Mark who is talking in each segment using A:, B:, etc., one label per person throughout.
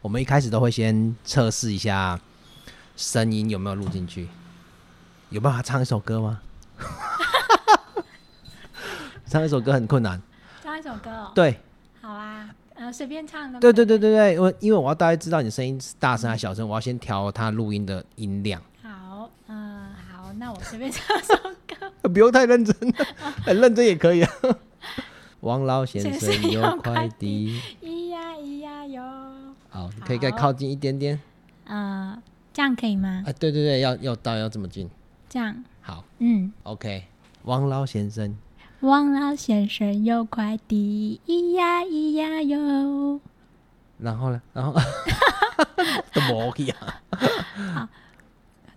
A: 我们一开始都会先测试一下声音有没有录进去，有办法唱一首歌吗？ 唱一首歌很困难，
B: 唱一首歌哦。
A: 对
B: 好啊，呃，随便唱的。
A: 对对对。对对，我因为我要大概知道你声音是大声还是小声，我要先调它录音的音量，
B: 好，嗯、好，那我随便唱首歌。
A: 不用太认真， 很认真也可以啊。 王老先
B: 先
A: 生
B: 生有
A: 有快
B: 快
A: 递，
B: 咿呀咿呀哟。
A: 好，你可以再靠近一点点。
B: 呃，这样可以吗？
A: 啊，对对对，要要到要这么近。
B: 这样，
A: 好
B: 嗯。
A: ，OK，王老先生，
B: 王老先生有快递，咿呀咿呀哟。
A: 然后呢？然后 都没去啊！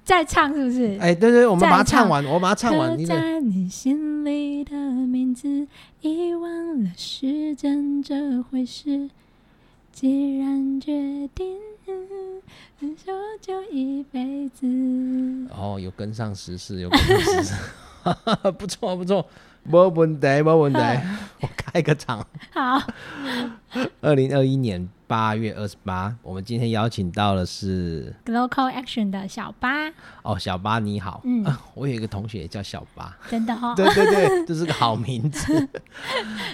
B: 再唱是不是？
A: 哎，对对，我们
B: 再
A: 把它
B: 唱
A: 唱完，我把它唱完，
B: 刻
A: 你得
B: 在你心里的名字，遗忘了时间这回事。既然决定，分手就一辈子。
A: 哦，有跟上时事，有跟上时 事，不错不错，没问题没 问题。我开个场，
B: 好，
A: 二零二一年八月二十八，我们今天邀请到的是
B: Local Action 的小八，
A: 哦，小八你好，
B: 嗯
A: 啊 我有一个同学也叫小八，
B: 真的哦，
A: 对对对，这是个好名字。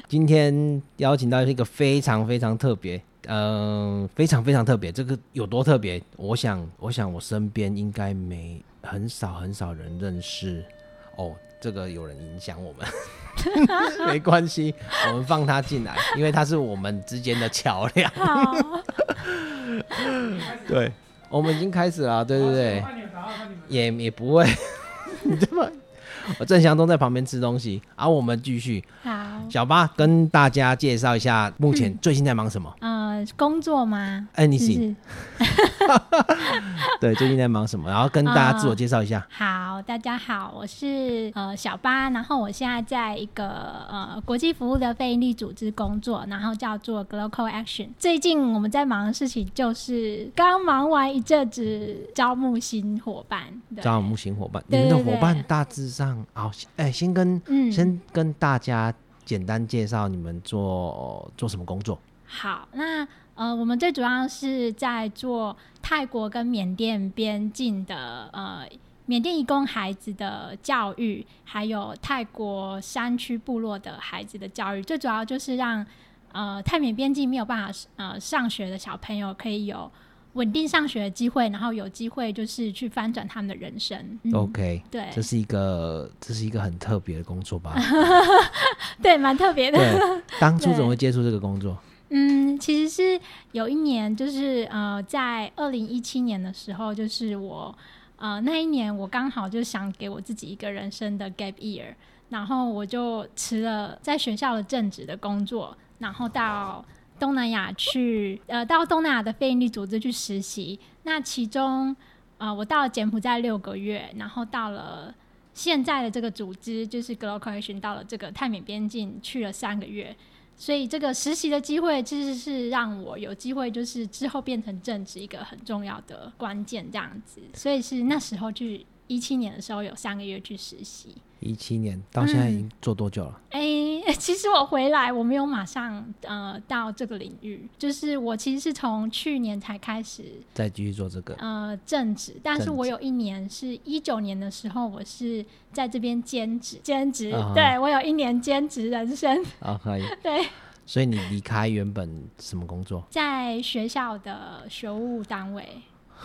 A: 今天邀请到一个非常非常特别，嗯、非常非常特别。这个有多特别？我想，我想我身边应该没很少很少人认识哦。这个有人影响我们，没关系，我们放他进来，因为他是我们之间的桥梁。
B: 好，
A: 对，我们已经开始了，对对对，也也不会， 你这么，我郑祥东在旁边吃东西，而、我们继续。
B: 好，
A: 小八跟大家介绍一下，目前
B: 嗯
A: 最近在忙什么？
B: 呃，工作吗？
A: 哎、你
B: 是不
A: 行，
B: 是？
A: 对，最近在忙什么？然后跟大家自我介绍一下。
B: 好，大家好，我是呃小八，然后我现在在一个呃国际服务的非营利组织工作，然后叫做 Global Action。最近我们在忙的事情就是刚忙完一阵子招募新伙伴，对
A: 招募型伙伴，你
B: 对
A: 们
B: 对
A: 的
B: 对
A: 伙伴大致上，好，哎、先跟、
B: 嗯
A: 先跟大家简单介绍你们做做什么工作。
B: 好，那呃，我们最主要是在做泰国跟缅甸边境的呃缅甸移工孩子的教育，还有泰国山区部落的孩子的教育，最主要就是让呃泰缅边境没有办法呃上学的小朋友可以有稳定上学的机会，然后有机会就是去翻转他们的人生。嗯
A: OK，
B: 对
A: 哦这是一个这是一个很特别的工 作吧？
B: 对，蛮特别的。
A: 对，当初
B: 对
A: 怎么会接触这个工作？
B: 嗯，其实是有一年，就是呃，在二零一七年的时候，就是我呃那一年我刚好就想给我自己一个人生的 gap year，然后我就辞了在学校的正职的工作，然后到东南亚去呃到东南亚的非营利组织去实习。那其中呃我到了柬埔寨六个月，然后到了。现在的这个组织就是 Global Action 到了这个泰缅边境去了三个月，所以这个实习的机会其实是让我有机会，就是之后变成正职一个很重要的关键，这样子。所以是那时候去一七年的时候有三个月去实习。
A: 一七年到现在已
B: 嗯
A: 经做多久了？
B: 哎、 其实我回来我没有马上呃到这个领域，就是我其实是从去年才开始
A: 再继续做这 个，
B: 呃正职，但是
A: 正
B: 我
A: 职
B: 有一年是一九年的时候，我是在这边兼职，兼职，
A: 啊哈
B: 对我有一年兼职人生，
A: 啊，可以。
B: 对，
A: 所以你离开原本什么工作？
B: 在学校的学务单位，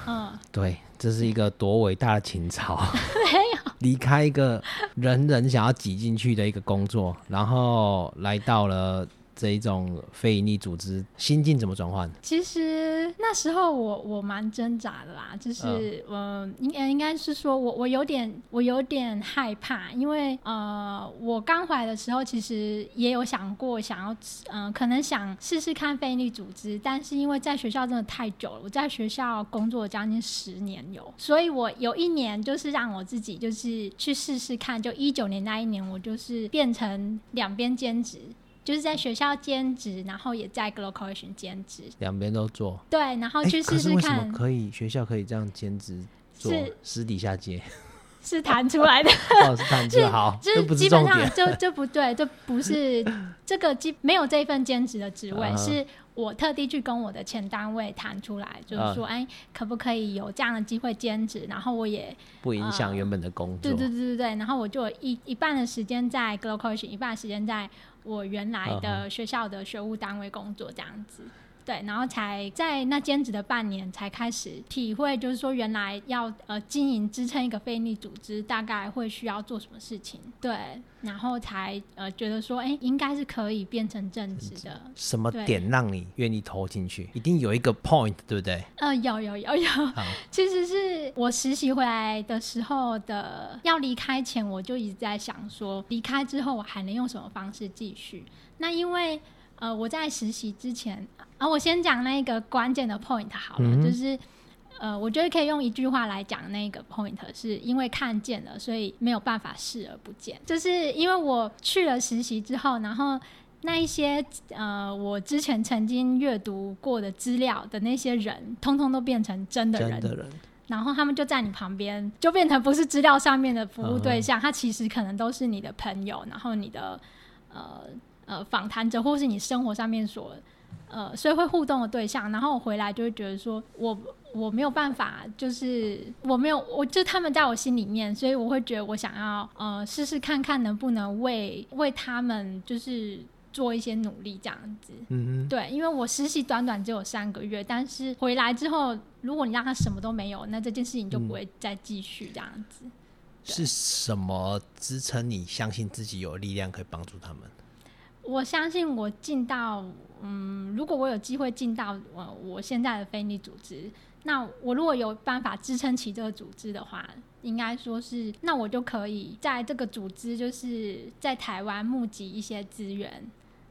B: 嗯。
A: 对，这是一个多伟大的情 操！没有离开一个人人想要挤进去的一个工作，然后来到了这一种非营利组织，心境怎么转换？
B: 其实那时候我我蛮挣扎的啦，就是嗯，应、呃、应该是说我我有点我有点害怕，因为呃，我刚回来的时候其实也有想过想要嗯、可能想试试看非营利组织，但是因为在学校真的太久了，我在学校工作将近十年有，所以我有一年就是让我自己就是去试试看，就一九年那一年我就是变成两边兼职。就是在学校兼职，然后也在 Global a t i o n 兼职，
A: 两边都做，
B: 对，然后
A: 诶
B: 哦去
A: 哎可
B: 试
A: 是
B: 试
A: 为什么
B: 看，
A: 可以学校可以这样兼职做
B: 是，
A: 私底下接？
B: 是弹出来的，
A: 哦，是谈志豪， 这
B: 是
A: 不
B: 基
A: 是
B: 本
A: 重点
B: 上。这这不对，这不是这个基没有这一份兼职的职位，
A: 啊哈
B: 是我特地去跟我的前单位谈出来，
A: 啊
B: 就是说，哎、可不可以有这样的机会兼职？然后我也
A: 不影响
B: 呃
A: 原本的工作。
B: 对对对对对，然后我就有一一半的时间在 Global Coaching，一半的时间在我原来的学校的学务单位工作这样子。对，然后才在那兼职的半年才开始体会，就是说原来要呃经营支撑一个非营利组织，大概会需要做什么事情。对，然后才呃觉得说，哎，应该是可以变成正职的。
A: 什么
B: 对
A: 点让你愿意投进去？一定有一个 point，对不对？
B: 呃，有有有有，其实是我实习回来的时候的，要离开前我就一直在想说，离开之后我还能用什么方式继续？那因为呃，我在实习之前啊，我先讲那个关键的 point 好了，
A: 嗯哼
B: 就是。呃，我觉得可以用一句话来讲那个 point，是因为看见了，所以没有办法视而不见。就是因为我去了实习之后，然后那一些呃，我之前曾经阅读过的资料的那些人，通通都变成真的人
A: 真的人，
B: 然后他们就在你旁边，就变成不是资料上面的服务对象，他其实可能都是你的朋友，然后你的呃呃访谈者，或是你生活上面所呃所以会互动的对象。然后我回来就会觉得说我。我没有办法，就是我没有，我就他们在我心里面，所以我会觉得我想要呃试试看看能不能为为他们就是做一些努力这样子。
A: 嗯
B: 对，因为我实习短短只有三个月，但是回来之后，如果你让他什么都没有，那这件事情就不会再继续这样子。
A: 哼，是什么支撑你相信自己有力量可以帮助他们？
B: 我相信我进到，嗯，如果我有机会进到我我现在的非营利组织，那我如果有办法支撑起这个组织的话，应该说是，那我就可以在这个组织，就是在台湾募集一些资源。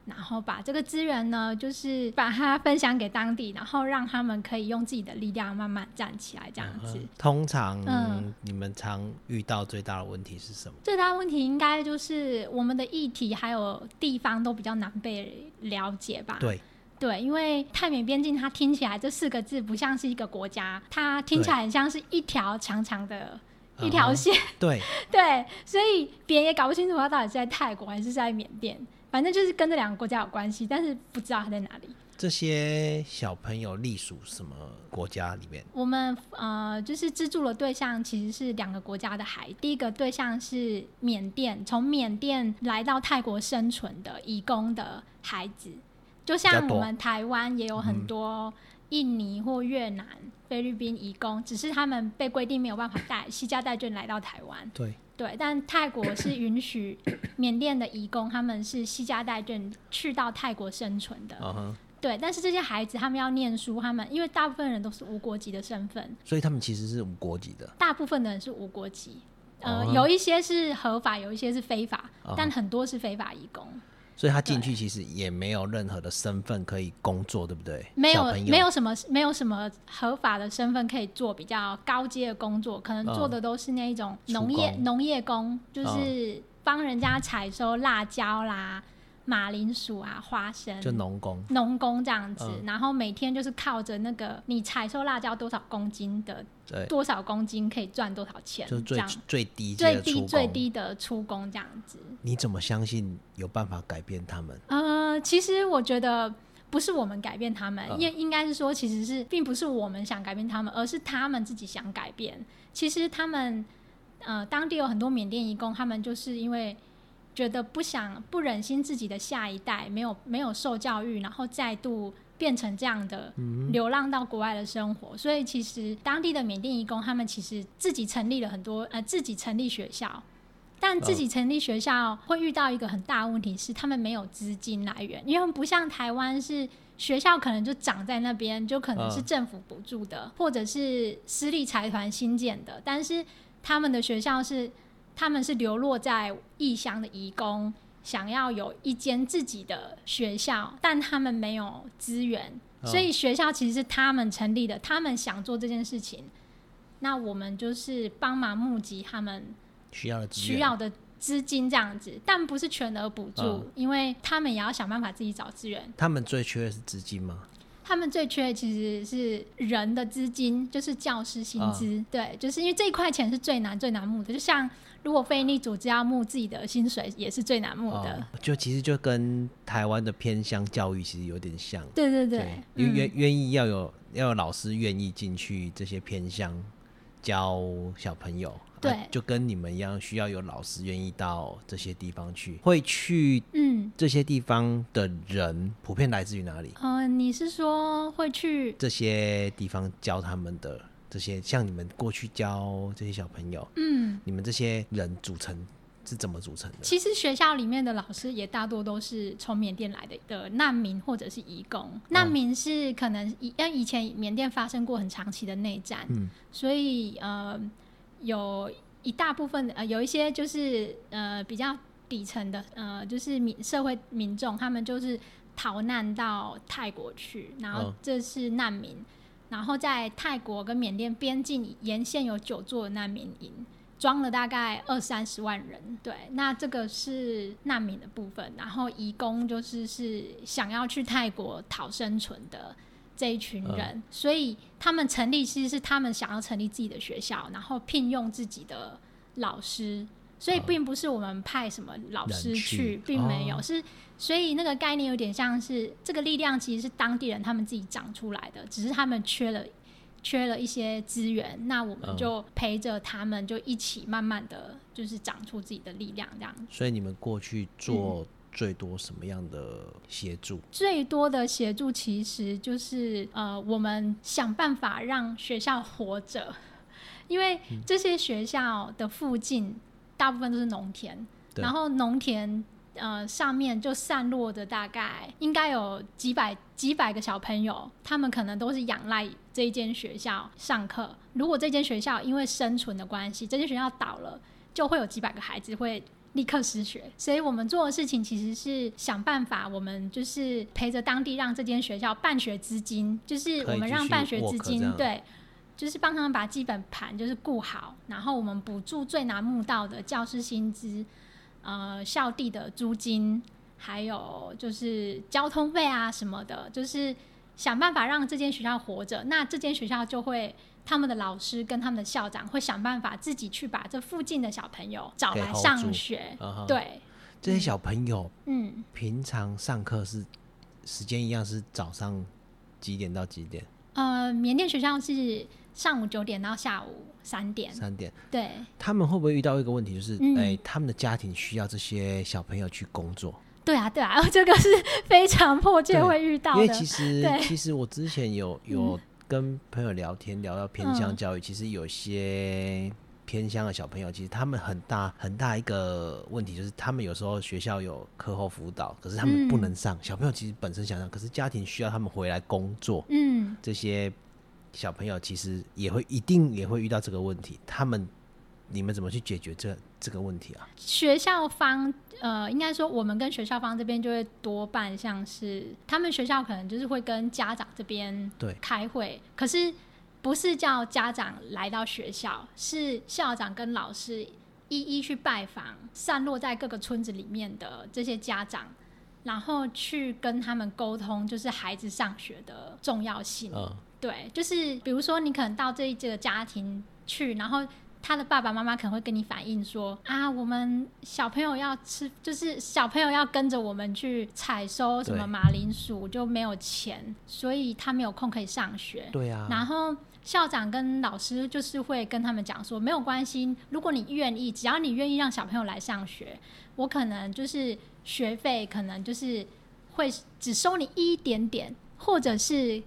B: 然后把这个资源呢，就是把它分享给当地，然后让他们可以用自己的力量慢慢站起来，这样子。
A: 嗯通常、
B: 嗯
A: 你们常遇到最大的问题是什么？
B: 最大问题应该就是我们的议题还有地方都比较难被了解吧？
A: 对，
B: 对，因为泰缅边境它听起来这四个字不像是一个国家，它听起来很像是一条长长的。一条线，
A: 对，
B: 对，所以别人也搞不清楚它到底是在泰国还是在缅甸，反正就是跟这两个国家有关系，但是不知道它在哪里。
A: 这些小朋友隶属什么国家里面？
B: 我们呃，就是资助的对象其实是两个国家的孩子。第一个对象是缅甸，从缅甸来到泰国生存的移工的孩子，就
A: 比
B: 像
A: 较多
B: 我们台湾也有很多印尼或越南、菲律宾移工，只是他们被规定没有办法带西家带眷来到台湾。
A: 对，
B: 对，但泰国是允许缅甸的移工，他们是西家带眷去到泰国生存的。
A: 嗯哼，
B: 对，但是这些孩子他们要念书，他们因为大部分人都是无国籍的身份，
A: 所以他们其实是无国籍的。
B: 大部分的人是无国籍，呃
A: 哦哈
B: 有一些是合法，有一些是非法
A: 哦
B: 但很多是非法移工，
A: 所以他进去其实也没有任何的身份可以工作，对不对？
B: 没
A: 小
B: 有
A: 朋友
B: 没有什么没有什么合法的身份可以做比较高阶的工作，可能
A: 哦
B: 做的都是那一种
A: 出
B: 农业
A: 工哦
B: 农业工，就是帮人家采收辣椒啦、马铃薯啊、花生，
A: 就农工，
B: 农工这样子，
A: 嗯
B: 然后每天就是靠着那个你采收辣椒多少公斤的
A: 对，
B: 多少公斤可以赚多少钱，
A: 就是
B: 这
A: 最
B: 样
A: 最低阶
B: 最
A: 的出
B: 低
A: 工
B: 最低的出工这样子。
A: 你怎么相信有办法改变他们？
B: 呃，其实我觉得不是我们改变他们，
A: 嗯
B: 应、应该是说，其实是并不是我们想改变他们，而是他们自己想改变。其实他们呃，当地有很多缅甸移工，他们就是因为觉得不想不忍心自己的下一代没有没有受教育，然后再度。变成这样的流浪到国外的生活，所以其实当地的缅甸移工他们其实自己成立了很多呃自己成立学校，但自己成立学校会遇到一个很大的问题是，他们没有资金来源，因为他们不像台湾是学校可能就长在那边，就可能是
A: 嗯
B: 政府补助的，或者是私立财团新建的，但是他们的学校是他们是流落在异乡的移工，想要有一间自己的学校，但他们没有资源，
A: 哦
B: 所以学校其实是他们成立的，他们想做这件事情。那我们就是帮忙募集他们
A: 需要的资源
B: 需要的资金这样子，但不是全额补助，
A: 嗯
B: 因为他们也要想办法自己找资源。
A: 他们最缺的是资金吗？
B: 他们最缺的其实是人的资金，就是教师薪资。对，就是因为这一块钱是最难最难募的。就像如果非利组织要募自己的薪水，也是最难募的。
A: 哦就其实就跟台湾的偏乡教育其实有点像，
B: 对对对，
A: 愿
B: 嗯
A: 愿愿意要有要有老师愿意进去这些偏乡教小朋友，啊
B: 对
A: 就跟你们一样，需要有老师愿意到这些地方去。会去
B: 嗯
A: 这些地方的人，普遍来自于哪里？
B: 呃，你是说会去
A: 这些地方教他们的这些，像你们过去教这些小朋友，
B: 嗯？
A: 你们这些人组成是怎么组成的？
B: 其实学校里面的老师也大多都是从缅甸来的的难民或者是移工。难民是可能以因为以前缅甸发生过很长期的内战，
A: 嗯
B: 所以呃有一大部分的呃有一些就是呃比较底层的呃就是民社会民众，他们就是逃难到泰国去，然后
A: 嗯
B: 这是难民。然后在泰国跟缅甸边境沿线有九座难民营，装了大概二三十万人。对，那这个是难民的部分，然后移工就是是想要去泰国讨生存的这一群人，
A: 嗯
B: 所以他们成立其实是他们想要成立自己的学校，然后聘用自己的老师。所以
A: 嗯
B: 并不是我们派什么老师
A: 人
B: 去，
A: 去
B: 并没有，
A: 哦
B: 是所以那个概念有点像是这个力量其实是当地人他们自己长出来的，只是他们缺了缺了一些资源，那我们
A: 嗯
B: 就陪着他们，就一起慢慢的就是长出自己的力量，这样。
A: 所以你们过去
B: 嗯
A: 做最多什么样的协助？
B: 最多的协助其实就是呃，我们想办法让学校活着，因为这些学校的附近大部分都是农田，
A: 对
B: 然后农田。呃，上面就散落着大概应该有几百几百个小朋友，他们可能都是仰赖这一间学校上课。如果这间学校因为生存的关系，这间学校倒了，就会有几百个孩子会立刻失学。所以我们做的事情其实是想办法，我们就是陪着当地让这间学校办学资金，就是
A: 可以
B: 我们
A: 继
B: 让
A: 续
B: 办学
A: work
B: 资
A: 这
B: 金
A: 样
B: 对。就是帮他们把基本盘就是顾好，然后我们补助最难募到的教师薪资，呃，校地的租金，还有就是交通费啊什么的，就是想办法让这间学校活着。那这间学校就会他们的老师跟他们的校长会想办法自己去把这附近的小朋友找
A: 给
B: 来
A: hold 住
B: 上学。
A: 啊哈，
B: 哎对，
A: 这些小朋友
B: 嗯，
A: 平常上课是时间一样是早上几点到几点？
B: 呃，缅甸学校是上午九点到下午三点，
A: 三点。
B: 对
A: 他们会不会遇到一个问题，就是哎、
B: 嗯
A: 他们的家庭需要这些小朋友去工作？
B: 对啊对啊， 这个是非常迫切
A: 对
B: 会遇到
A: 因为
B: 的
A: 其，实
B: 对嗯
A: 其实我之前有有跟朋友聊天，聊到偏乡教育，其实有些偏乡的小朋友，其实他们很大很大一个问题就是，他们有时候学校有课后辅导，可是他们不
B: 嗯
A: 能上。小朋友其实本身想上，可是家庭需要他们回来工作，
B: 嗯
A: 这些小朋友其实也会一定也会遇到这个问题。他们你们怎么去解决这这个问题啊？
B: 学校方，呃，应该说我们跟学校方这边就会多半像是他们学校可能就是会跟家长这边
A: 对
B: 开会，可是不是叫家长来到学校，是校长跟老师一一去拜访散落在各个村子里面的这些家长，然后去跟他们沟通，就是孩子上学的重要性。
A: 嗯，
B: 对，就是比如说你可能到这一这个家庭去，然后他的爸爸妈妈可能会跟你反映说啊，我们小朋友要吃，就是小朋友要跟着我们去采收什么
A: 对
B: 马铃薯，就没有钱，所以他没有空可以上学。
A: 对啊，
B: 然后校长跟老师就是会跟他们讲说，没有关系，如果你愿意，只要你愿意让小朋友来上学，我可能就是学费可能就是会只收你一点点，或者是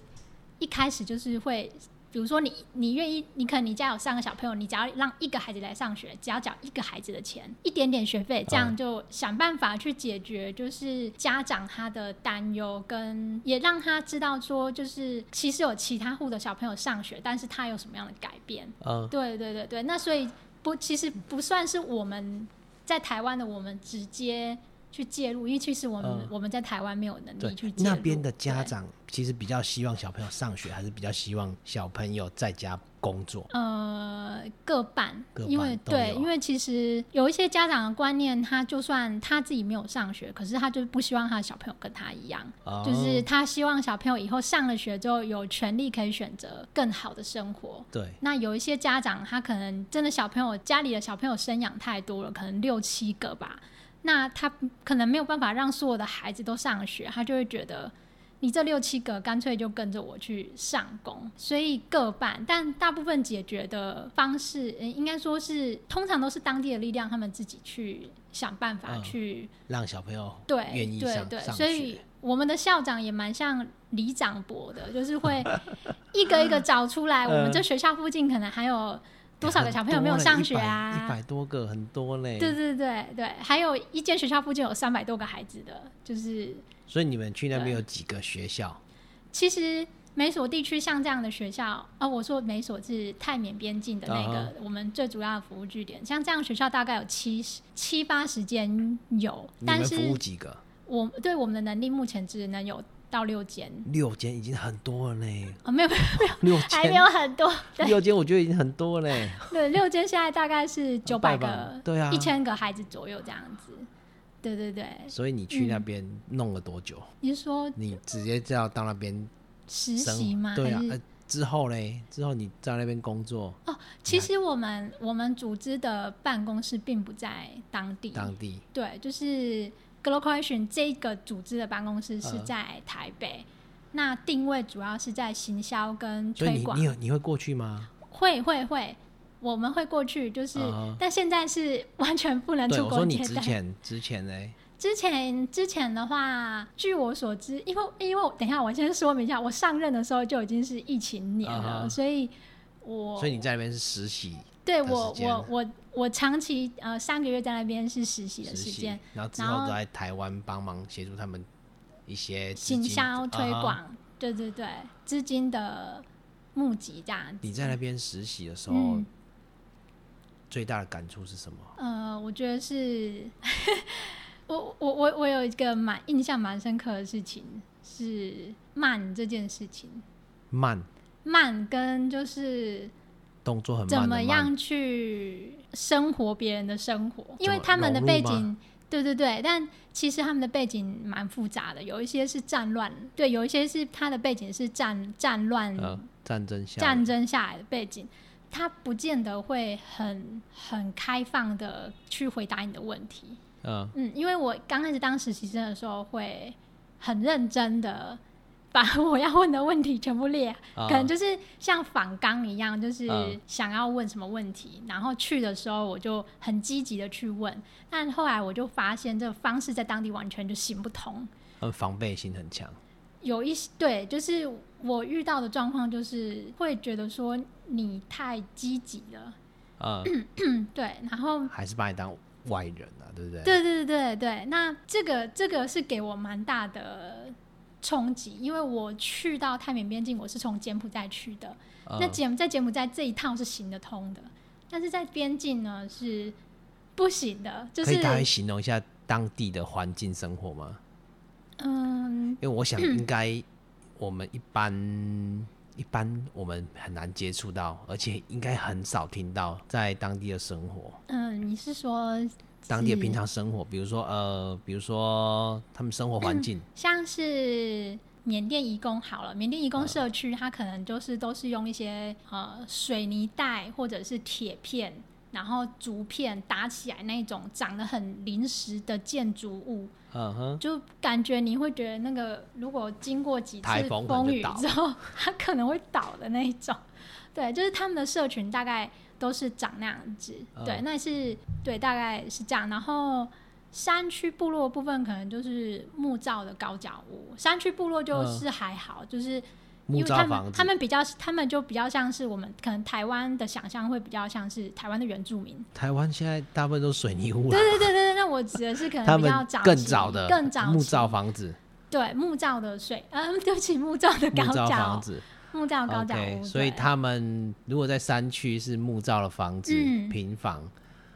B: 一开始就是会。比如说你，你愿意，你可能你家有三个小朋友，你只要让一个孩子来上学，只要缴一个孩子的钱，一点点学费，这样就想办法去解决，就是家长他的担忧，跟也让他知道说，就是其实有其他户的小朋友上学，但是他有什么样的改变。
A: 嗯，
B: 对对对对，那所以不，其实不算是我们在台湾的我们直接去介入，因为其实我们、
A: 嗯
B: 我们在台湾没有能力
A: 对
B: 去，介入
A: 那边的家
B: 对
A: 长其实比较希望小朋友上学，还是比较希望小朋友在家工作。
B: 呃，各半，
A: 各
B: 因
A: 半
B: 为
A: 都
B: 对，
A: 有
B: 因为其实有一些家长的观念，他就算他自己没有上学，可是他就不希望他的小朋友跟他一样，
A: 哦
B: 就是他希望小朋友以后上了学之后有权利可以选择更好的生活。
A: 对，
B: 那有一些家长，他可能真的小朋友家里的小朋友生养太多了，可能六七个吧，那他可能没有办法让所有的孩子都上学，他就会觉得你这六七个干脆就跟着我去上工，所以各半。但大部分解决的方式，呃应该说是通常都是当地的力量，他们自己去想办法
A: 嗯
B: 去、
A: 让小朋友
B: 对
A: 愿意
B: 对
A: 上
B: 对，
A: 上
B: 所以
A: 学。
B: 我们的校长也蛮像里长伯的，就是会 一个一个找出来，我
A: 嗯
B: 们这学校附近可能还有多少个小朋友没有上学
A: 一
B: 啊？
A: 百多个，很多嘞。
B: 对对对对，还有一间学校附近有三百多个孩子的，就是
A: 所以你们去那边有几个学校？
B: 其实每所地区像这样的学校，哦，我说每所是泰缅边境的那
A: 啊
B: 个我们最主要的服务据点，像这样的学校大概有七十七八十间有，
A: 你
B: 但
A: 们服务
B: 是
A: 几个？
B: 我对我们的能力目前只能有到六间。
A: 六间已经很多了 嘞，
B: 哦，没有，没有
A: 六
B: 还没
A: 间
B: 有很多， 对
A: 六间我觉得已经很多 嘞。
B: 对，六间现在大概是九百
A: 拜访
B: 个，
A: 对啊
B: 一千个孩子左右这样子。对对对，
A: 所以你
B: 嗯
A: 去那边弄了多久？
B: 你是说
A: 你直接就要到那边
B: 实
A: 生
B: 习吗？
A: 活？对啊
B: 还，是
A: 呃之后嘞，之后你在那边工作，
B: 哦，其实我们我们组织的办公室并不在当地，
A: 当地
B: 对，就是 Globalization 这个组织的办公室是
A: 嗯
B: 在台北，那定位主要是在行销跟
A: 所以
B: 推
A: 你
B: 广
A: 你。有你会过去吗？
B: 会会会，我们会过去，就是、
A: 啊
B: 但现在是完全不能
A: 对，
B: 出
A: 我
B: 国
A: 说你
B: 接
A: 之
B: 待。
A: 前之前嘞，
B: 之前之前的话，据我所知，因为因为我等一下我先说明一下，我上任的时候就已经是疫情年了，
A: 啊哈
B: 所以 我
A: 所以你在那边是实习
B: 对
A: 的
B: 我
A: 时间
B: 我我我长期呃三个月在那边是实习的
A: 实
B: 时
A: 习
B: 间，，
A: 然后之
B: 然
A: 后
B: 后
A: 都在台湾帮忙协助他们一些资
B: 行
A: 金
B: 销
A: 啊
B: 推
A: 哈
B: 广，对对对，资金的募集这样子。
A: 你在那边实习的时候，
B: 嗯
A: 最大的感触是什么？
B: 呃，我觉得是， 我我我我有一个蛮印象蛮深刻的事情是慢这件事情，
A: 慢，
B: 慢跟就是
A: 动作很慢的
B: 怎
A: 慢，
B: 么样去生活别人的生活，因为
A: 怎么
B: 他们的
A: 融入
B: 背
A: 吗
B: 景，对对对，但其实他们的背景蛮复杂的，有一些是战乱，对，有一些是他的背景是战战乱、
A: 呃，战争下
B: 战争下来的背景，他不见得会很很开放的去回答你的问题。
A: 呃，
B: 嗯，因为我刚开始当实习生的时候，会很认真的把 我要问的问题全部列，
A: 啊
B: 可能就是像访纲一样，就是
A: 嗯
B: 想要问什么问题，然后去的时候我就很积极的去问，但后来我就发现这个方式在当地完全就行不通。
A: 很嗯防备心很强，
B: 有一些对，就是我遇到的状况，就是会觉得说你太积极了，
A: 呃，
B: 嗯，对，然后
A: 还是把你当外人啊，对不对？
B: 对对对对，那这个这个是给我蛮大的冲击，因为我去到泰缅边境，我是从柬埔寨去的。
A: 呃，
B: 那柬在柬埔寨这一趟是行得通的，但是在边境呢是不行的，就
A: 可以
B: 是
A: 大概形容一下当地的环境生活吗？
B: 嗯，
A: 因为我想应该我们一般、一般我们很难接触到，而且应该很少听到在当地的生活。
B: 嗯，你是说
A: 当地的
B: 是
A: 平常生活，比如说呃，比如说他们生活环境，
B: 像是缅甸移工好了，缅甸移
A: 嗯
B: 工社区它可能就是都是用一些呃水泥带或者是铁片，然后竹片搭起来那种长得很临时的建筑物，
A: 嗯哼，
B: 就感觉你会觉得那个如果经过几
A: 台
B: 次
A: 风
B: 风雨
A: 可能
B: 之
A: 就
B: 后，它可能会倒的那一种。 对，就是他们的社群大概都是长那样子。
A: 嗯
B: 对，那是对，大概是这样。然后山区部落部分可能就是木造的高脚屋，山区部落就是还好，就是因
A: 嗯木
B: 为他
A: 造
B: 们
A: 房
B: 他
A: 子，
B: 们比较，他们就比较像是我们可能台湾的想象会比较像是台湾的原住民。
A: 台湾现在大部分都是水泥屋啦
B: 对，对对对对，那我指的是可
A: 他
B: 能比
A: 们
B: 较早
A: 更
B: 期
A: 早的
B: 更早
A: 木
B: 期
A: 造房子，
B: 对木造的水， 嗯，对不起，木造的 高
A: 木造
B: 脚
A: 房，子
B: 木造高脚屋
A: ，OK，
B: 对
A: 所以他们如果在山区是木造的房子、
B: 嗯
A: 平房，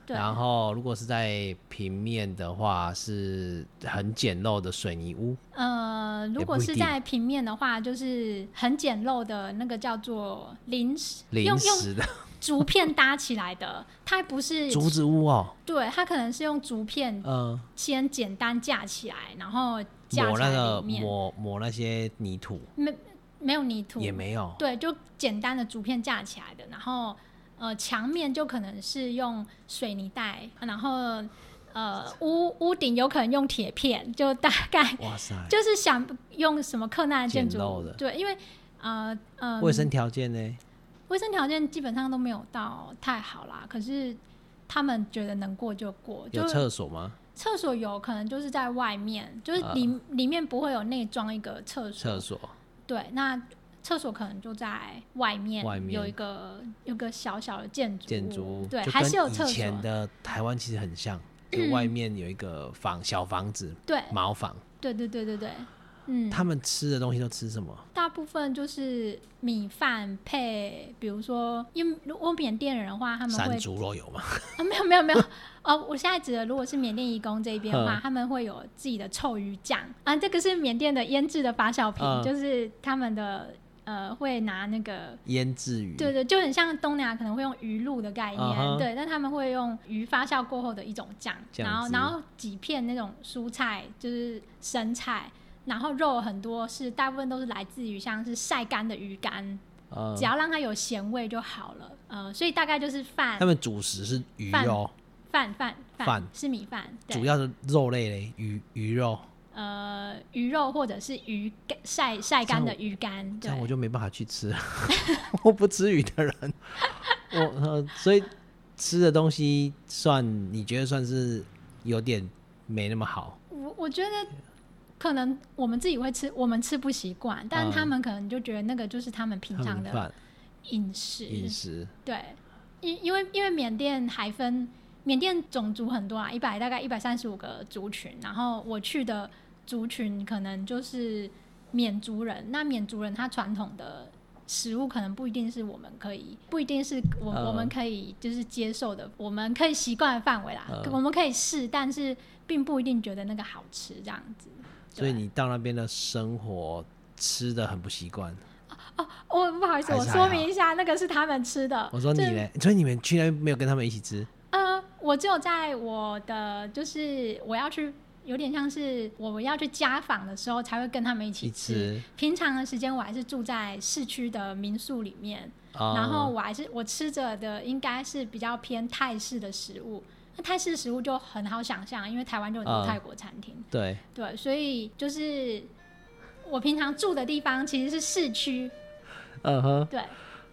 B: 对
A: 然后如果是在平面的话，是很简陋的水泥屋，
B: 呃，如果
A: 不一
B: 是
A: 定
B: 在平面的话，就是很简陋的那个叫做临时，
A: 临
B: 用用
A: 时的
B: 竹片搭起来的， 它不是
A: 竹子屋哦，
B: 对，它可能是用竹片
A: 嗯、
B: 先简单架起来，然后架
A: 抹
B: 起
A: 那
B: 来
A: 个
B: 里面
A: 抹抹那些泥土
B: 没没有泥土，
A: 也没有，
B: 对，就简单的竹片架起来的，然后呃墙面就可能是用水泥带，然后呃屋屋顶有可能用铁片，就大概
A: 哇塞，
B: 就是想用什么克难的建
A: 简陋
B: 筑
A: 的，
B: 对，因为呃呃
A: 卫生条件呢？
B: 卫生条件基本上都没有到太好啦，可是他们觉得能过就过，就
A: 有厕所吗？
B: 厕所有可能就是在外面，就是
A: 啊
B: 里、里面不会有内装一个厕所，
A: 厕所
B: 对，那厕所可能就在外面，
A: 外面
B: 有一个有个小小的建筑物
A: 建筑物
B: 嗯对，
A: 就
B: 还是有
A: 跟以
B: 厕
A: 前
B: 所，嗯
A: 的台湾其实很像，就外面有一个房小房子
B: 对，
A: 茅房，
B: 对对对对对，嗯，
A: 他们吃的东西都吃什么？
B: 大部分就是米饭配，比如说，因为如果缅甸人的话，他们会
A: 山猪肉有吗？
B: 啊，没有没有没有，哦，我现在指的如果是缅甸义工这一边的话
A: 嗯，
B: 他们会有自己的臭鱼酱啊，这个是缅甸的腌制的发酵品，
A: 嗯
B: 就是他们的呃会拿那个。
A: 腌制鱼，
B: 对对，就很像东南亚可能会用鱼露的概念
A: 嗯哼
B: 对，但他们会用鱼发酵过后的一种酱，
A: 酱
B: 然后
A: 汁
B: 然后几片那种蔬菜，就是生菜，然后肉很多是大部分都是来自于像是晒干的鱼干，
A: 呃
B: 只要让它有咸味就好了，呃，所以大概就是饭
A: 他们主食是鱼
B: 饭
A: 哦，
B: 饭饭
A: 饭
B: 是米饭，
A: 主
B: 对，
A: 要是肉类嘞，鱼鱼肉，
B: 呃，鱼肉或者是鱼干晒晒干的鱼干，
A: 这
B: 对
A: 样我就没办法去吃 了，我不吃鱼的人，我呃，所以吃的东西算你觉得算是有点没那么好，
B: 我我觉得可能我们自己会吃，我们吃不习惯，但
A: 嗯
B: 他们可能就觉得那个就是他们平
A: 他
B: 常
A: 们
B: 的
A: 饭
B: 饮食，
A: 饮食
B: 对，因因为因为缅甸还分缅甸种族很多啊，一百大概一百三十五个族群，然后我去的族群可能就是缅族人，那缅族人他传统的。食物可能不一定是我们可以，不一定是我、
A: 嗯
B: 我们可以就是接受的，我们可以习惯的范围啦。
A: 嗯
B: 我们可以试，但是并不一定觉得那个好吃这样子。
A: 所以
B: 对
A: 你到那边的生活吃的很不习惯。
B: 我哦不好意思，
A: 还
B: 我
A: 是
B: 说
A: 还
B: 明一下，那个是他们吃的。
A: 我说你
B: 这
A: 嘞，所以你们去那边没有跟他们一起吃？
B: 呃，我只有在我的就是我要去，有点像是我要去家访的时候才会跟他们一起
A: 一
B: 吃。
A: 吃
B: 平常的时间我还是住在市区的民宿里面，
A: 啊？
B: 然后我还是我吃着的应该是比较偏泰式的食物。那泰式食物就很好想象，因为台湾就很多
A: 啊
B: 泰国餐厅，
A: 对，
B: 对，所以就是我平常住的地方其实是市区，
A: 嗯哼，
B: 对，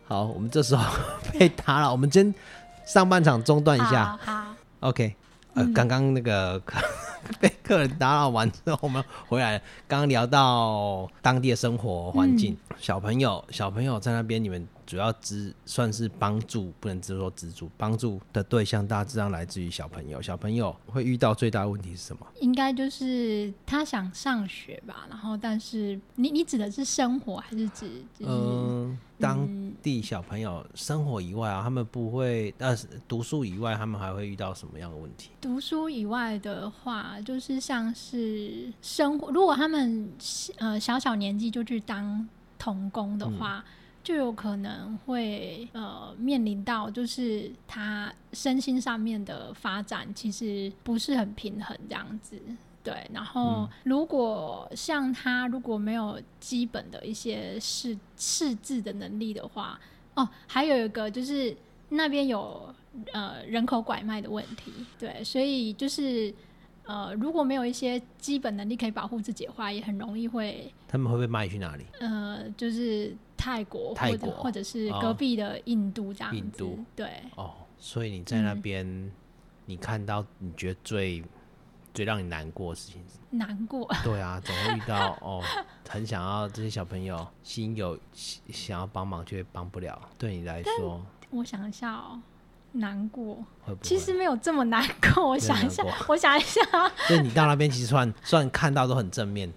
A: 好，我们这时候 被打扰，我们先上半场中断一下
B: 好好，
A: ，OK。呃，刚刚那个 被客人打扰完之后，我们回来了。刚刚聊到当地的生活环境，小朋友，小朋友在那边，你们主要资算是帮助，不能只说资助，帮助的对象大致上来自于小朋友。小朋友会遇到最大的问题是什么？
B: 应该就是他想上学吧，然后但是你你指的是生活还是指就是、
A: 嗯，当地小朋友生活以外啊，他们不会呃读书以外，他们还会遇到什么样的问题？
B: 读书以外的话，就是像是生活，如果他们呃小小年纪就去当童工的话，就有可能会呃面临到就是他身心上面的发展其实不是很平衡这样子。对，然后如果像他如果没有基本的一些识识字的能力的话，哦，还有一个就是那边有呃人口拐卖的问题，对，所以就是呃如果没有一些基本能力可以保护自己的话，也很容易会
A: 他们会被卖去哪里？
B: 呃就是泰国
A: 泰
B: 或者
A: 国
B: 或者是
A: 哦
B: 隔壁的印度这样子，
A: 印度
B: 对，
A: 哦，所以你在那边，你看到你觉得最最让你难过的事情是什么，
B: 难过，
A: 对啊，总会遇到哦，很想要这些小朋友心有想想要帮忙却帮不了，对你来说
B: 我想一下哦，难过，
A: 会不会？
B: 其实没有这么难过，我
A: 没有
B: 想一
A: 难
B: 下
A: 过，
B: 我想一下，哦
A: 所以你到那边其实算算看到都很正面，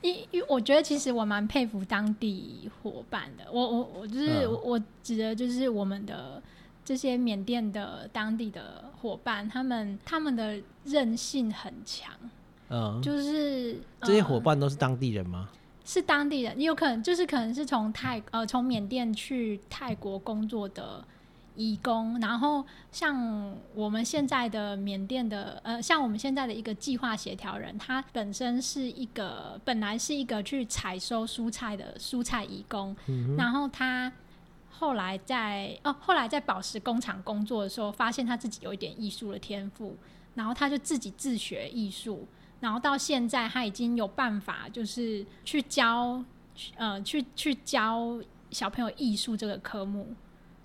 B: 因因为我觉得其实我蛮佩服当地伙伴的，我我我就是、
A: 嗯
B: 我我指的就是我们的这些缅甸的当地的伙伴，他们他们的韧性很强，
A: 嗯，
B: 就是、呃
A: 这些伙伴都是当地人吗？
B: 是当地人，也有可能就是可能是从泰呃从缅甸去泰国工作的义工，然后像我们现在的缅甸的呃像我们现在的一个计划协调人，他本身是一个本来是一个去采收蔬菜的蔬菜义工，然后他。后来在哦，后来在宝石工厂工作的时候，发现他自己有一点艺术的天赋，然后他就自己自学艺术，然后到现在他已经有办法，就是去教，呃，去去教小朋友艺术这个科目，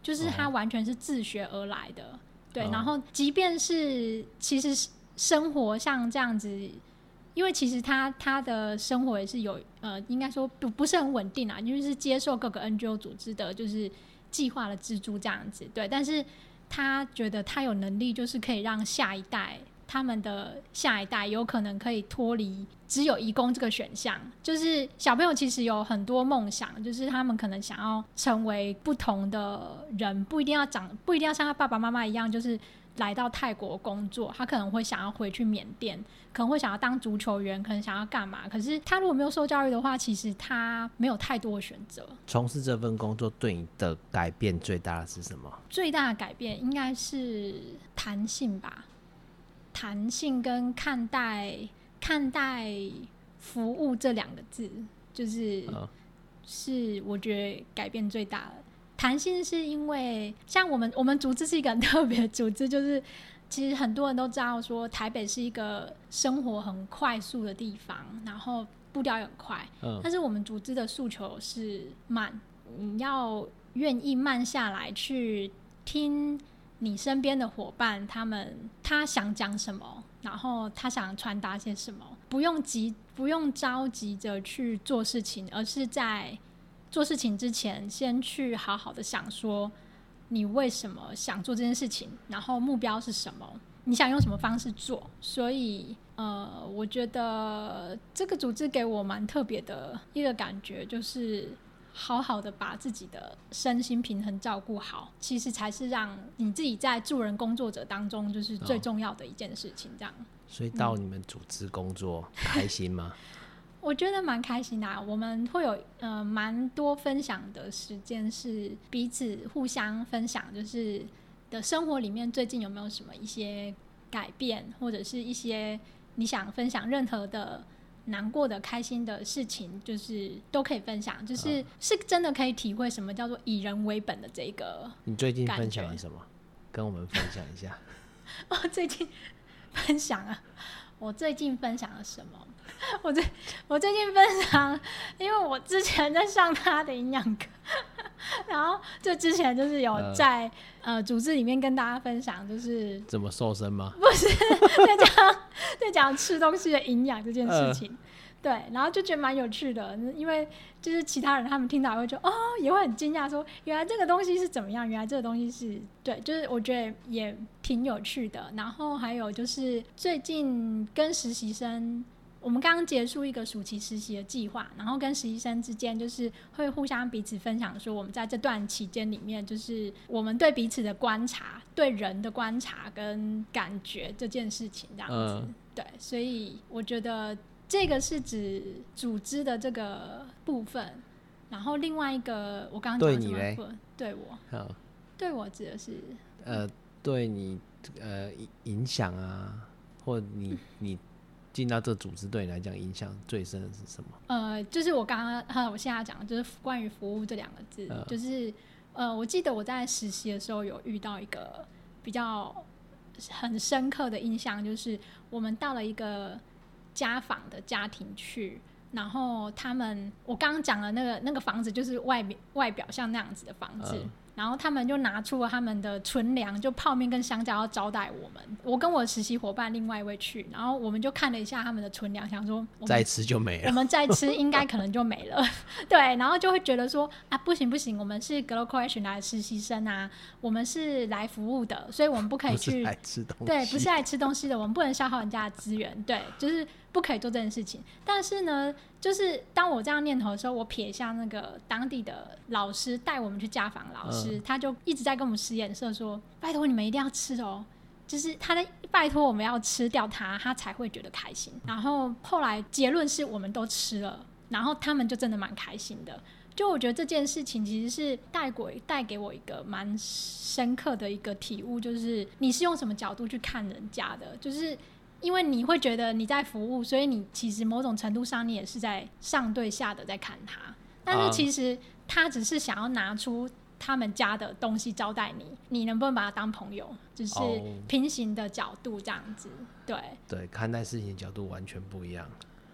B: 就是他完全是自学而来的。对，
A: 哦
B: 然后即便是其实是生活像这样子，因为其实他他的生活也是有呃，应该说不不是很稳定啊，因为是接受各个 NGO 组织的，就是计划的资助这样子。对，但是他觉得他有能力，就是可以让下一代。他们的下一代有可能可以脱离只有义工这个选项，就是小朋友其实有很多梦想，就是他们可能想要成为不同的人，不一定要长，不一定要像他爸爸妈妈一样，就是来到泰国工作，他可能会想要回去缅甸，可能会想要当足球员，可能想要干嘛。可是他如果没有受教育的话，其实他没有太多的选择。
A: 从事这份工作对你的改变最大的是什么？
B: 最大的改变应该是弹性吧，弹性跟看待看待服务这两个字，就是、
A: 嗯
B: 是我觉得改变最大的。弹性是因为像我们我们组织是一个很特别的组织，就是其实很多人都知道说台北是一个生活很快速的地方，然后步调也很快，
A: 嗯
B: 但是我们组织的诉求是慢，你要愿意慢下来去听你身边的伙伴，他们他想讲什么，然后他想传达些什么，不用急，不用着急着去做事情，而是在做事情之前，先去好好的想说你为什么想做这件事情，然后目标是什么。你想用什么方式做？所以，呃，我觉得这个组织给我蛮特别的一个感觉，就是好好的把自己的身心平衡照顾好，其实才是让你自己在助人工作者当中就是最
A: 哦
B: 重要的一件事情。这样，
A: 所以到你们组织工作、开心 吗？
B: 我觉得蛮开心的啊、我们会有呃蛮多分享的时间，是彼此互相分享，就是的生活里面最近有没有什么一些改变，或者是一些你想分享任何的难过的、开心的事情，就是都可以分享，就是、是真的可以体会什么叫做以人为本的这一个。
A: 你最近
B: 感
A: 分
B: 觉
A: 享了什么？跟我们分享一下。
B: 我 最近分享啊，我最近分享了什么？ 我最我最近分享，因为我之前在上他的营养课， 然后就之前就是有
A: 呃
B: 在呃组织里面跟大家分享，就是
A: 怎么瘦身吗？
B: 在讲在讲吃东西的营养这件事情。对，然后就觉得蛮有趣的，因为就是其他人他们听到也会觉得哦，也会很惊讶说，原来这个东西是怎么样，原来这个东西是对，就是我觉得也挺有趣的。然后还有就是最近跟实习生，我们刚刚结束一个暑期实习的计划，然后跟实习生之间就是会互相彼此分享说，我们在这段期间里面，就是我们对彼此的观察、对人的观察跟感觉这件事情这样子。
A: 嗯
B: 对，所以我觉得这个是指组织的这个部分，然后另外一个我刚刚
A: 对
B: 讲
A: 你
B: 的什么
A: 嘞
B: 部分？对我，
A: 好，
B: 对我指的是
A: 呃，对你呃影影响啊，或你你进到这组织对你来讲影响最深的是什么？
B: 呃，就是我刚刚呃，我现在讲的就是关于服务这两个字，
A: 嗯
B: 就是呃，我记得我在实习的时候有遇到一个比较很深刻的印象，就是我们到了一个家访的家庭去。然后他们，我刚刚讲的那个那个房子，就是外表外表像那样子的房子。
A: 嗯
B: 然后他们就拿出了他们的存粮，就泡面跟香蕉要招待我们。我跟我实习伙伴另外一位去，然后我们就看了一下他们的存粮，想说我们
A: 再吃就没
B: 我
A: 了。
B: 们再吃应该可能就没了， 对，然后就会觉得说啊，不行不行，我们是 g l o b a l Question 来的实习生啊，我们是来服务的，所以我们不可以
A: 不是
B: 去
A: 来吃东西，
B: 对，不是来吃东西的，我们不能消耗人家的资源，对，就是不可以做这件事情。但是呢，就是当我这样念头的时候，我撇下那个当地的老师带我们去家访老师，他就一直在跟我们使眼色说：“拜托你们一定要吃哦。”就是他在拜托我们要吃掉它，他才会觉得开心。然后后来结论是我们都吃了，然后他们就真的蛮开心的。就我觉得这件事情其实是带给带给我一个蛮深刻的一个体悟，就是你是用什么角度去看人家的，就是因为你会觉得你在服务，所以你其实某种程度上你也是在上对下的在看他，但
A: 啊
B: 是其实他只是想要拿出他们家的东西招待你，你能不能把他当朋友，就是
A: 哦
B: 平行的角度这样子，对。
A: 对，看待事情的角度完全不一样。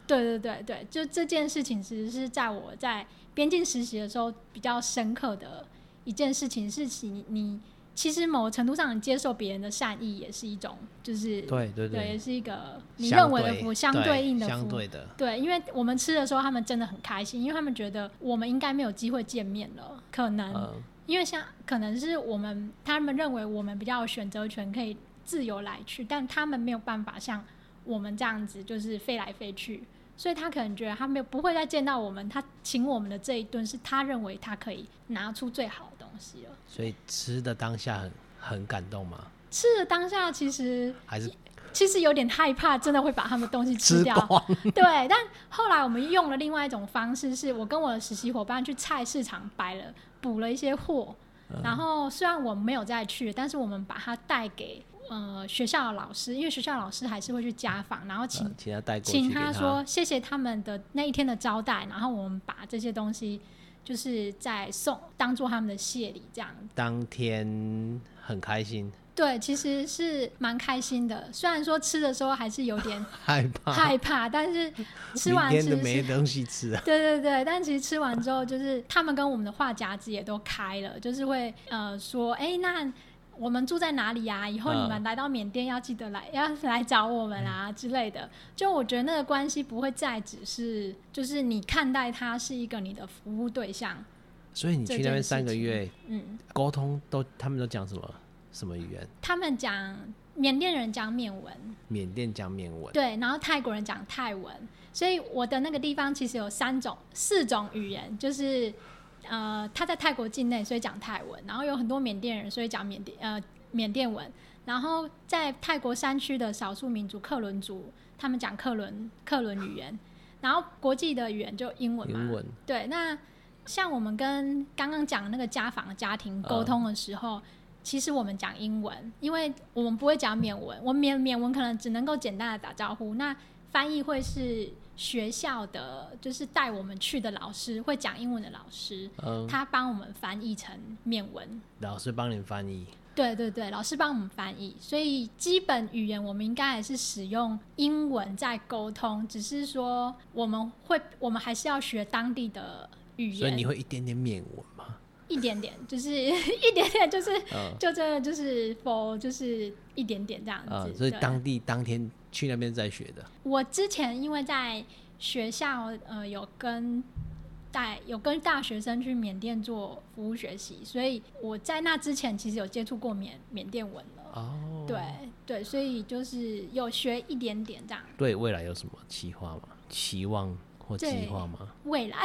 B: 对对对对，就这件事情，其实是在我在边境实习的时候比较深刻的一件事情，是你你其实某程度上你接受别人的善意，也是一种就是
A: 对对
B: 也
A: 对，
B: 是一个呃你
A: 相
B: 认为的
A: 对
B: 服务相
A: 对
B: 对应的服
A: 相
B: 务。
A: 对的，
B: 对，因为我们吃的时候，他们真的很开心，因为他们觉得我们应该没有机会见面了，可能、
A: 嗯，
B: 因为像可能是我们他们认为我们比较有选择权，可以自由来去，但他们没有办法像我们这样子就是飞来飞去，所以他可能觉得他没有不会再见到我们，他请我们的这一顿是他认为他可以拿出最好的东西了。
A: 所以吃的当下很很感动吗？
B: 吃的当下其实
A: 还是
B: 其实有点害怕，真的会把他们东西
A: 吃
B: 掉。
A: 光？
B: 对，但后来我们用了另外一种方式，是我跟我的实习伙伴去菜市场摆了补了一些货，
A: 嗯
B: 然后虽然我没有再去，但是我们把它带给呃学校的老师，因为学校老师还是会去家访，然后请、
A: 嗯请他带过去
B: 请
A: 给他
B: 说谢谢他们的那一天的招待，然后我们把这些东西就是在送当做他们的谢礼这样子
A: 当天很开心，
B: 对，其实是蛮开心的，虽然说吃的时候还是有 点
A: 害怕
B: 害怕，但是吃完
A: 明
B: 其
A: 天都
B: 实是
A: 没东西吃啊。
B: 对对对，但其实吃完之后，就是他们跟我们的话匣子也都开了，就是会呃说，哎，那我们住在哪里啊？以后你们来到缅甸要记得来，要来找我们啊之类的。就我觉得那个关系不会再只是，就是你看待他是一个你的服务对象，
A: 所以你
B: 这
A: 去那边
B: 件事
A: 三个
B: 情
A: 月，
B: 嗯，
A: 沟通都他们都讲什么什么语言？
B: 他们讲缅甸人讲缅文，
A: 缅甸讲缅文，
B: 对，然后泰国人讲泰文，所以我的那个地方其实有三种、四种语言，就是呃，他在泰国境内，所以讲泰文，然后有很多缅甸人，所以讲缅甸呃缅甸文，然后在泰国山区的少数民族克伦族，他们讲克伦克伦语言，然后国际的语言就英文嘛，
A: 英文
B: 对，那像我们跟刚刚讲那个家访的家
A: 嗯
B: 庭沟通的时候，其实我们讲英文，因为我们不会讲缅文，我缅缅文可能只能够简单的打招呼。那翻译会是学校的，就是带我们去的老师会讲英文的老师，
A: 嗯，
B: 他帮我们翻译成缅文。
A: 老师帮你翻译，
B: 对对对，老师帮我们翻译，所以基本语言我们应该还是使用英文在沟通，只是说我们会，我们还是要学当地的语言。
A: 所以你会一点点缅文吗？
B: 一点点， 就是一点点，就是
A: 嗯
B: 就真的就是否就是一点点这样
A: 啊、
B: 子。
A: 所以
B: 嗯对
A: 当地当天去那边再学的，
B: 我之前因为在学校呃有跟带有跟大学生去缅甸做服务学习，所以我在那之前其实有接触过缅缅甸文了。
A: 哦，
B: 对对，所以就是有学一点点这样。
A: 对未来有什么计划吗？期望或计
B: 对
A: 划吗？
B: 未来，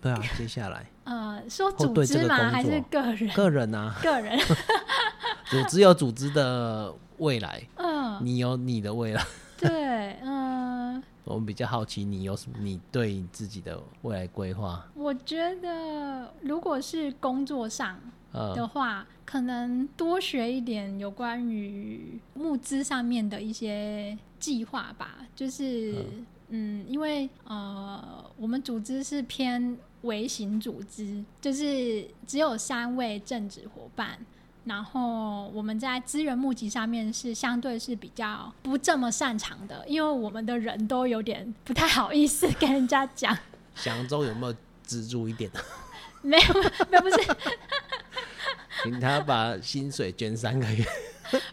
A: 对啊，接下 来
B: 呃，说
A: 或
B: 组
A: 对这个
B: 织嘛，
A: 工
B: 还是
A: 作
B: 个人？
A: 个人啊，
B: 个人，
A: 组织有组织的未来，
B: 嗯，
A: 你有你的未来。
B: 对，嗯、
A: 我们比较好奇你有什么，你对你自己的未来规划，
B: 我觉得，如果是工作上
A: 呃，
B: 的话，可能多学一点有关于募资上面的一些计划吧。就是，嗯，因为呃，我们组织是偏微型组织，就是只有三位正职伙伴。然后我们在资源募集上面是相对是比较不这么擅长的，因为我们的人都有点不太好意思跟人家讲，
A: 想中有没有资助一 点？
B: 没有，没有，不是，
A: 请他把薪水捐三个月。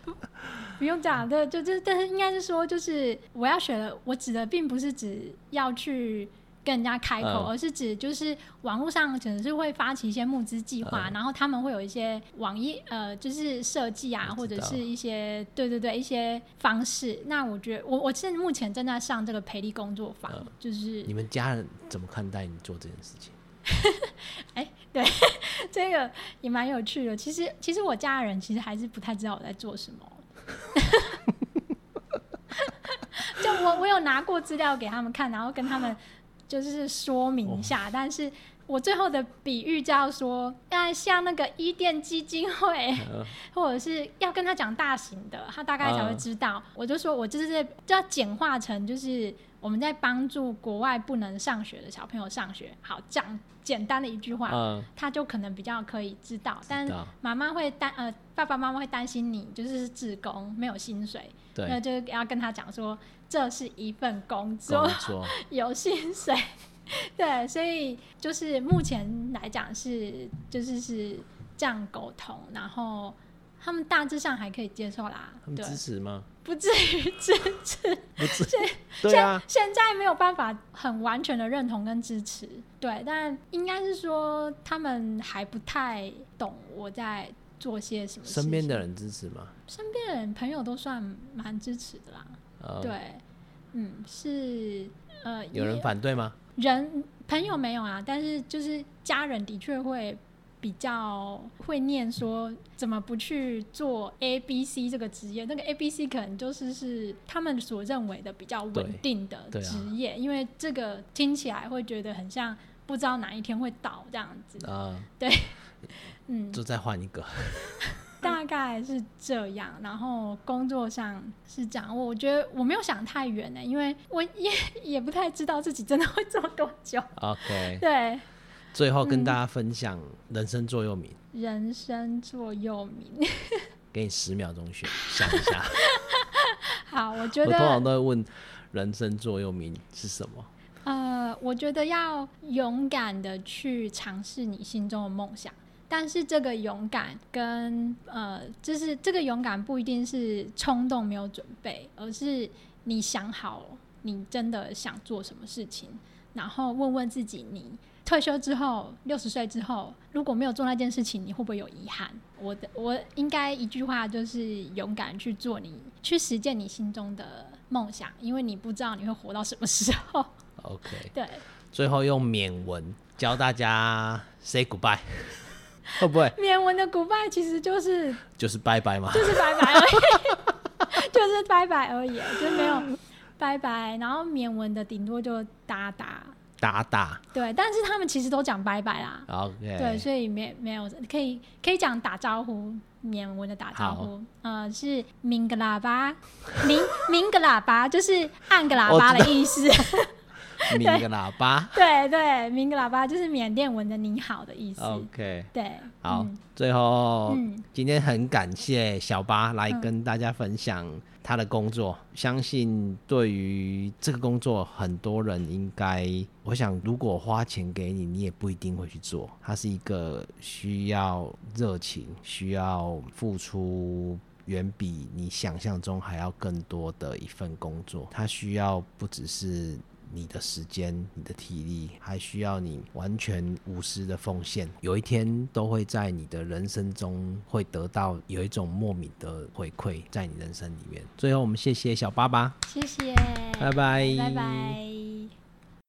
B: 不用讲，对，就就但是应该是说，就是我要学的，我指的并不是指要去跟人家开口，
A: 嗯
B: 而是指就是网络上可能是会发起一些募资计划，
A: 嗯
B: 然后他们会有一些网页呃，就是设计啊，
A: 我
B: 或
A: 知
B: 者
A: 道
B: 是一些对对对一些方式。那我觉得我我现在目前正在上这个培力工作坊，
A: 嗯
B: 就是
A: 你们家人怎么看待你做这件事 情？
B: 这个也蛮有趣的。其实其实我家人其实还是不太知道我在做什么。 就我我有拿过资料给他们看，然后跟他们就是说明一下，但是我最后的比喻叫说，那像那个伊甸基金会，
A: 嗯
B: 或者是要跟他讲大型的，他大概才会
A: 嗯
B: 知道。我就说我就是在就要简化成就是我们在帮助国外不能上学的小朋友上学。好，讲简单的一句话，
A: 嗯，
B: 他就可能比较可以知道，但
A: 知道
B: 妈妈会担呃，爸爸妈妈会担心你就是是志工没有薪水，那
A: 对，
B: 就要跟他讲说这是一份工
A: 工
B: 作，
A: 作
B: 有薪水。 对，所以就是目前来讲是就是是这样沟通，然后他们大致上还可以接受啦
A: 他，们
B: 对，
A: 支持吗？
B: 不至于支持。
A: 不支，对啊，
B: 现在没有办法很完全的认同跟支持，对，但应该是说他们还不太懂我在做些什么事情。
A: 身边的人支持吗？
B: 身边的人朋友都算蛮支持的啦，
A: 呃，
B: 对，嗯，是呃，
A: 有人
B: 也
A: 反对吗？
B: 人朋友没有啊，但是就是家人的确会。比较会念说怎么不去做 A B C 这个职业，那个 A B C 可能就是是他们所认为的比较稳
A: 对
B: 定的
A: 对啊
B: 职业，因为这个听起来会觉得很像不知道哪一天会倒这样子。
A: 啊，
B: 嗯，
A: 就再换一 个。
B: 大概是这样，然后工作上是这样。我我觉得我没有想太远呢、因为我也也不太知道自己真的会做多久。
A: OK，
B: 对，
A: 最后跟
B: 嗯
A: 大家分享人生座右铭，
B: 人生座右铭。
A: 给你十秒钟选想一下。
B: 好，我嗯觉
A: 我通常都
B: 得
A: 会问人生座右铭是什么。
B: 呃，我觉得要勇敢的去尝试你心中的梦想。但是这个勇敢跟呃，就是这个勇敢不一定是冲动没有准备，而是你想好你真的想做什么事情，然后问问自己，你退休之后，六十岁之后，如果没有做那件事情，你会不会有遗憾？我的我应该一句话就是勇敢去做你，去实践你心中的梦想，因为你不知道你会活到什么时候。
A: OK，
B: 对，
A: 最后用缅文教大家 say goodbye，会不会
B: 缅文的 goodbye 其实就是
A: 就是拜拜嘛？
B: 就是拜拜而已， 就是拜拜而已，就是没有拜拜。然后缅文的顶多就哒哒，
A: 打打
B: 对，但是他们其实都讲拜拜啦。对，
A: OK，
B: 所以没没有可以可以讲打招呼，缅文的打招呼，呃，是明个喇叭， 明明个喇叭就是按个
A: 哦
B: 喇叭的意思，
A: 鸣个喇叭。
B: 对对，明个喇叭就是缅甸文的你好的意思，
A: OK，
B: 对，
A: 好
B: 嗯，
A: 最后
B: 嗯
A: 今天很感谢小巴来
B: 嗯
A: 跟大家分享他的工作，相信对于这个工作，很多人应该，我想如果花钱给你，你也不一定会去做。它是一个需要热情、需要付出。远比你想象中还要更多的一份工作，它需要不只是你的时间、你的体力，还需要你完全无私的奉献，有一天都会在你的人生中会得到有一种莫名的回馈在你人生里面。最后，我们谢谢小爸爸，
B: 谢谢，
A: 拜拜，
B: 拜拜